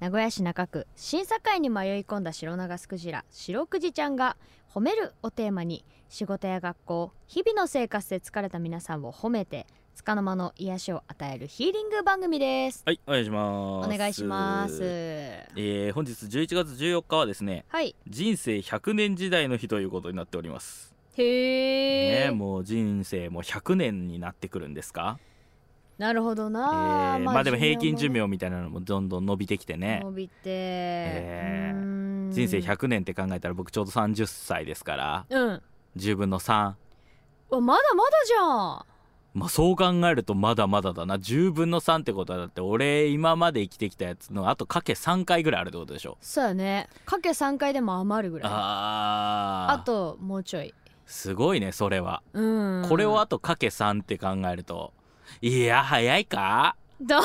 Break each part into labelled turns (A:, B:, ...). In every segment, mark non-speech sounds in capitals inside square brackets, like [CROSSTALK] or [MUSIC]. A: 名古屋市中区審査会に迷い込んだ白長スクジラ白くじちゃんが「褒める」をテーマに仕事や学校日々の生活で疲れた皆さんを褒めて束の間の癒しを与えるヒーリング番組です
B: はいお願いしま
A: お
B: す
A: 願いします
B: えー、本日11月14日はですね
A: はい
B: 人生100年時代の日ということになっております
A: へ
B: ね
A: え、
B: もう人生も100年になってくるんですか
A: なるほど
B: え
A: な、
B: ーまあでも平均寿
A: ね
B: 命みたいなのもどんどん伸びてきてね
A: 伸びて、
B: えー
A: うーん
B: 人生100年って考えたら僕ちょうど30歳ですから
A: うん
B: 10分の3
A: うわまだまだじゃん
B: まあそう考えるとまだまだだな10分の3ってことはだって俺今まで生きてきたやつのあとかけ3回ぐらいあるってことでしょ
A: そうやねかけ3回でも余るぐらいあ
B: あー
A: ともうちょい
B: すごいねそれは、
A: うん
B: これをあとかけ3って考えるといや早いか
A: だ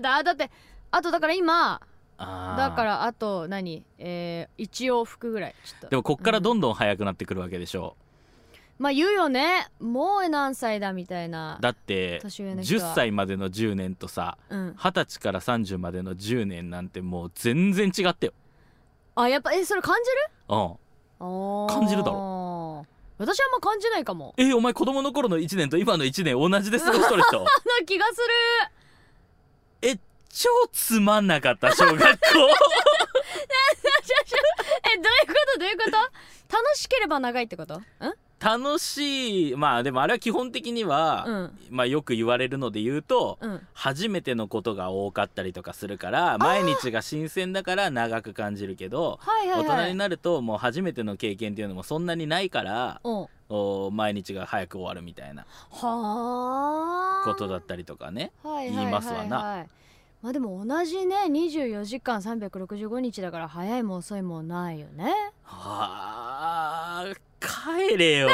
A: だだってあとだから今
B: あー
A: だからあと何えー、一往復ぐらいちょっと
B: でもこっからど
A: うん
B: どん早くなってくるわけでしょ
A: まあ言うよねもう何歳だみたいな
B: だって
A: 年上の人は
B: 10歳までの10年とさ
A: うん
B: 二十歳から30までの10年なんてもう全然違ったよ
A: あやっぱえそれ感じる
B: うん感
A: 感
B: じるだ
A: ろ私はあんま感じないかも
B: えお前子供の頃の1年と今の1年同じで過ごしとる人
A: な気がする
B: え超つまんなかった小学校
A: えどういうことどういうこと楽しければ長いってことん
B: 楽しいまあでもあれは基本的には、
A: うん
B: まあよく言われるので言うと、
A: うん
B: 初めてのことが多かったりとかするから毎日が新鮮だから長く感じるけど
A: はいはい
B: 大
A: は
B: 人に
A: い
B: なるともう初めての経験っていうのもそんなにないから
A: うんは
B: お毎日が早く終わるみたいな
A: あ
B: ことだったりとかね
A: はいはい
B: 言いますわな
A: はいはいまあでも同じね24時間365日だから早いも遅いもないよね
B: はあ帰
A: [LAUGHS]
B: れよ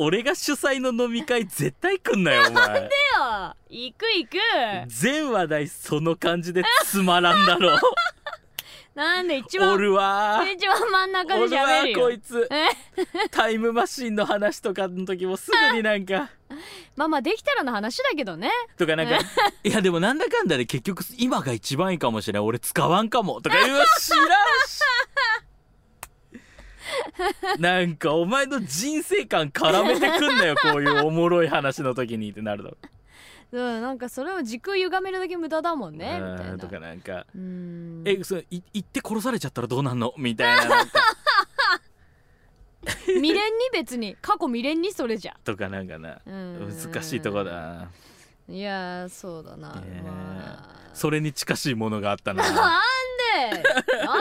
B: 俺が主催の飲み会絶対来んなよお前
A: よ行く行く
B: [LAUGHS] 全話題その感じでつまらんだ
A: [LAUGHS]
B: ろ
A: なんで一
B: お
A: 番
B: るわ
A: 一番真ん中で
B: 俺は
A: 喋る
B: こ
A: よ
B: いつ
A: え
B: タイムマシンの話とかの時もすぐになん
A: [LAUGHS]
B: か
A: まあまあできたらの話だけどね
B: とかなん
A: [LAUGHS]
B: かいやでもなんだかんだで結局今が一番いいかもしれない俺使わんかもとか
A: [LAUGHS]
B: 言うわ知らんしなんかお前の人生観絡めてくん
A: [LAUGHS]
B: なよこういうおもろい話の時にってなるだろ
A: うんなんかそれを軸歪めるだけ無駄だもんね
B: うん
A: みたいな
B: とかなんか
A: うん
B: えそのい行って殺されちゃったらどうなんのみたいななんか
A: 未練に別
B: [LAUGHS]
A: に過去未練にそれじゃ
B: とかなんかな難
A: 難
B: しいとこだない
A: やーそうだな、
B: ねえ
A: まあ
B: それに近しいものがあった
A: [LAUGHS]
B: な
A: なんで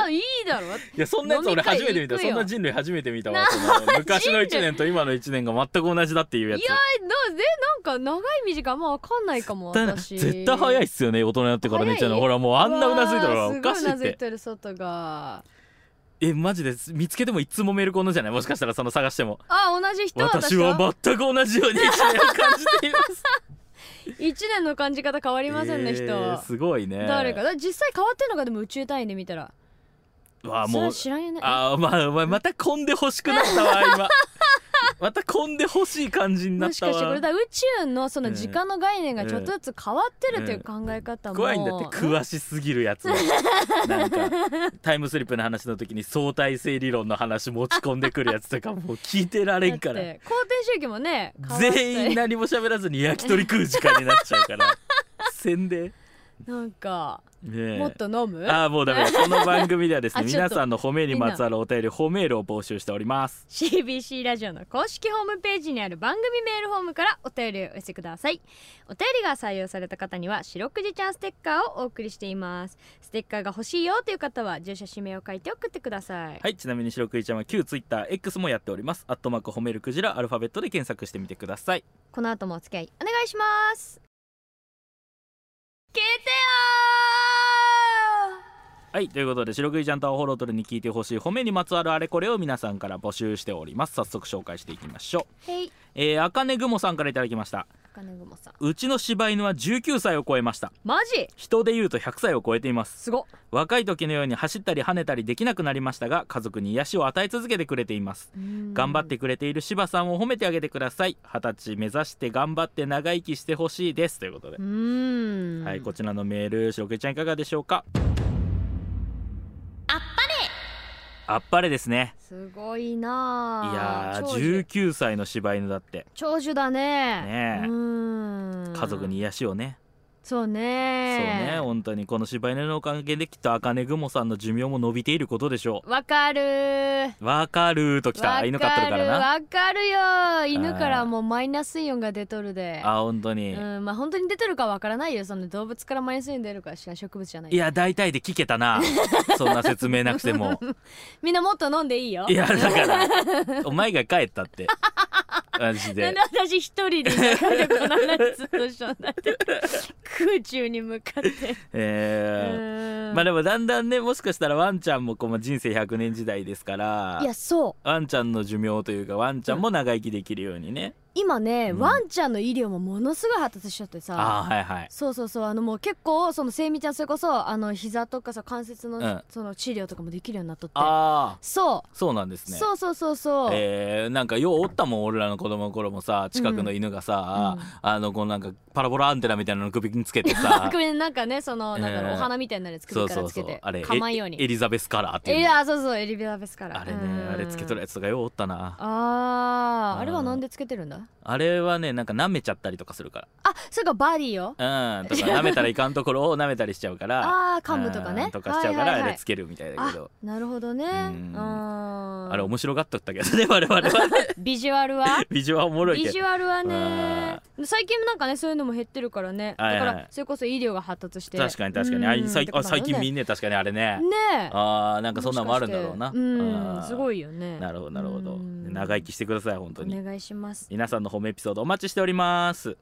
A: あいいだろ
B: いやそんなやつ俺初めて見
A: 飲み会行
B: た
A: くよ
B: そんな人類初めて見たわそ
A: [LAUGHS]
B: の昔の1年と今の1年が全く同じだっていうやつ
A: いやえどうでなんか長い短いあんま分かんないかも
B: 絶対
A: 私
B: 絶対早いっすよね大人になってから寝ちゃうの
A: 早い
B: ほらもうあんなうなずいたら
A: わー
B: おかしい
A: すごい
B: っ
A: うなずい
B: て
A: てる外が
B: えマジで見つけてもいつもメールこんなじゃないもしかしたらその探しても
A: あ同じ人
B: 私は全く同じように一年を感じて
A: [LAUGHS]
B: います
A: 一年の感じ方変わりませんね、
B: え
A: 人
B: ー
A: は
B: すごいね
A: 誰かだから実際変わってんのかでも宇宙単位で見たら
B: わあ
A: それ
B: もう
A: は知らんよね
B: あーまあお前また混んで欲しくなった
A: [LAUGHS]
B: わ今また混んで欲しい感じにな
A: も
B: っ
A: したかしてこ
B: わ
A: れだ宇宙のその時間の概念がちょっとずつ変わってるという考え方も、
B: 怖いんだって詳しすぎるや
A: [LAUGHS]
B: つはなんかタイムスリップの話の時に相対性理論の話持ち込んでくるやつとかもう聞いてられんか
A: だっ
B: ら
A: て肯定周期もね変わったり
B: 全員何も喋らずに焼き鳥食う時間になっちゃうから
A: [LAUGHS]
B: 宣伝
A: なんか
B: ねえ
A: もっと飲む
B: ああもう
A: [LAUGHS]
B: ダメだこの番組ではですね
A: あちょっ
B: 皆
A: と
B: さんの褒めにまつわるお便り褒めールを募集しております
A: CBC ラジオの公式ホームページにある番組メールフォームからお便りをお寄せくださいお便りが採用された方には「白くじちゃんステッカー」をお送りしていますステッカーが欲しいよという方は住所氏名を書いて送ってください
B: はいちなみに白クイちゃんは旧 TwitterX もやっておりますアットマーク褒めるクジラアルファベットで検索してみてください
A: この後もお付き合いお願いします消えてよ
B: はいということで白クイちゃんとアホロートルに聞いてほしい褒めにまつわるあれこれを皆さんから募集しております早速紹介していきましょう
A: へい
B: えー、あかねぐもさんからいただきました
A: 茜雲さん
B: うちの柴犬は19歳を超えました
A: マジ
B: 人でいうと100歳を超えています
A: すごっ
B: 若い時のように走ったり跳ねたりできなくなりましたが家族に癒しを与え続けてくれています頑
A: 頑
B: 張ってくれている柴さんを褒めてあげてください二十歳目指して頑張って長生きしてほしいですということで
A: う、ーん
B: はいこちらのメール白毛ちゃんいかがでしょうか
C: あっ
B: あっぱれですね
A: すごい
B: い
A: なあ
B: や
A: 長
B: ー
A: 寿
B: 19歳の柴犬だって
A: 長寿だね
B: ねえ
A: うーん
B: 家族に癒しをね、
A: そう
B: そうね
A: ね
B: 本当にこの柴犬のおかげできっと茜雲さんの寿命も伸びていることでしょ
A: わかるー
B: うわかるーとき
A: わ
B: た犬飼ってるからな
A: わかるよ犬からもうマイナスイオンが出とるで
B: あ本当に、
A: うんまあ本当に出てるかわからないよその動物からマイナスイオン出るかしら植物じゃない
B: いや大体で聞けたなそんな説明なくても
A: [LAUGHS] みんなもっと飲んでいいよ
B: いやだからお前が帰ったってマ
A: [LAUGHS]
B: ジ
A: な
B: で
A: んで私一人で田舎でこの話ずっとしとんだって空中に向
B: [LAUGHS]
A: かってう
B: え
A: ー
B: ー
A: ん
B: まあでもだんだんねもしかしたらワンちゃんもこの人生100年時代ですから
A: いやそう
B: ワンちゃんの寿命というかワンちゃんも長生きできるようにね、
A: 今ね、
B: うん
A: ワンちゃんの医療もものすごい発達しちゃってさ
B: ああーはいはい
A: そうそうそうあのもう結構そのセイミちゃんそれこそあの膝とかさ関節の,、
B: うん
A: その治療とかもできるようになっとって
B: ああ
A: そう
B: そうなんですね
A: そうそうそうそう、
B: えー、なんかようおったもん俺らの子供の頃もさ近くの犬がさ、
A: うん
B: あのこのなんかパラボラアンテナみたいなの首につけて
A: [LAUGHS]
B: さ
A: 首になんかねそのなんだろう、
B: えー
A: お花みたいなやつ
B: そ
A: 首
B: う
A: か
B: そ
A: ら
B: う
A: つけ
B: そ
A: て
B: うあれ
A: かまんよう
B: エ
A: に
B: リザベスカラーって
A: え
B: い
A: いうやそうそうエリベラベスから
B: あれね
A: うん
B: あれつけとるやつがようおったな
A: あ
B: うん
A: ーあれはなんでつけてるんだ
B: あれはねなんか舐めちゃったりとかするか
A: あそれかバディよ
B: らうんとか舐めたらいかんところを舐めたりしちゃうから
A: あー幹部とか
B: う
A: ね
B: んとかしちゃうか
A: はい
B: ら
A: はい
B: あ
A: はい
B: れつけるみたいだけ
A: あ
B: ど
A: なるほどね
B: うん
A: あ
B: あれ面白がっとったけど [LAUGHS] ね我
A: [LAUGHS]
B: 々はね
A: ビジュアル
B: [LAUGHS]
A: は
B: ビジュアルおもろい
A: ビ
B: け
A: ジ
B: ど
A: ュアルはね最近なんかねそういうのも減ってるからね
B: はい
A: だ
B: は
A: か
B: い
A: らそれこそ医療が発達して
B: 確かに確かに
A: うん
B: あいさいあ最近み
A: ね
B: んね確かにあれね
A: ね
B: あーな
A: え
B: んかそんなんもあるんだろうな
A: もしかして
B: あ
A: うん
B: ー
A: すごいよね
B: なるほどなるほど
A: うん
B: 長生きしてください本当に
A: お願いします
B: 皆さんのホームエピソードお待ちしております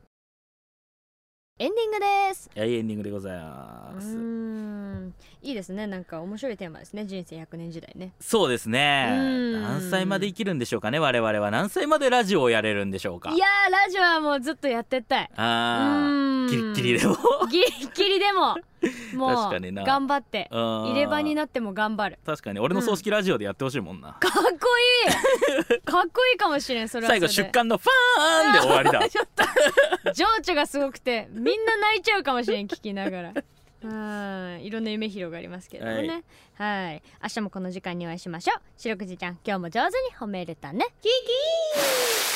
A: エンディングです
B: はいエンディングでございうます
A: ーんいいですねなんか面白いテーマですね人生100年時代ね
B: そうですね
A: うん
B: 何歳まで生きるんでしょうかね我々は何歳までラジオをやれるんでしょうか
A: いやーラジオはもうずっとやってったいうー
B: ああ
A: ん
B: ギリッギリでも [LAUGHS]
A: ギリッギリでもも
B: 確かにな
A: う頑張って
B: 入
A: 入れ歯になっても頑張る
B: 確かに俺の葬式ラジオでやってほしいもんな、
A: かっこい
B: [LAUGHS]
A: いかっこいいかもしれんそれはそ
B: 最
A: れ
B: 後
A: で
B: 出棺のファーンで終わりだ
A: 情緒がすごくてみんな泣いちゃうかもしれん聞きながら。うんいろんな夢広がりますけれどもねはい明日もこの時間にお会いしましょう白くじちゃん今日も上手に褒めれたねキキー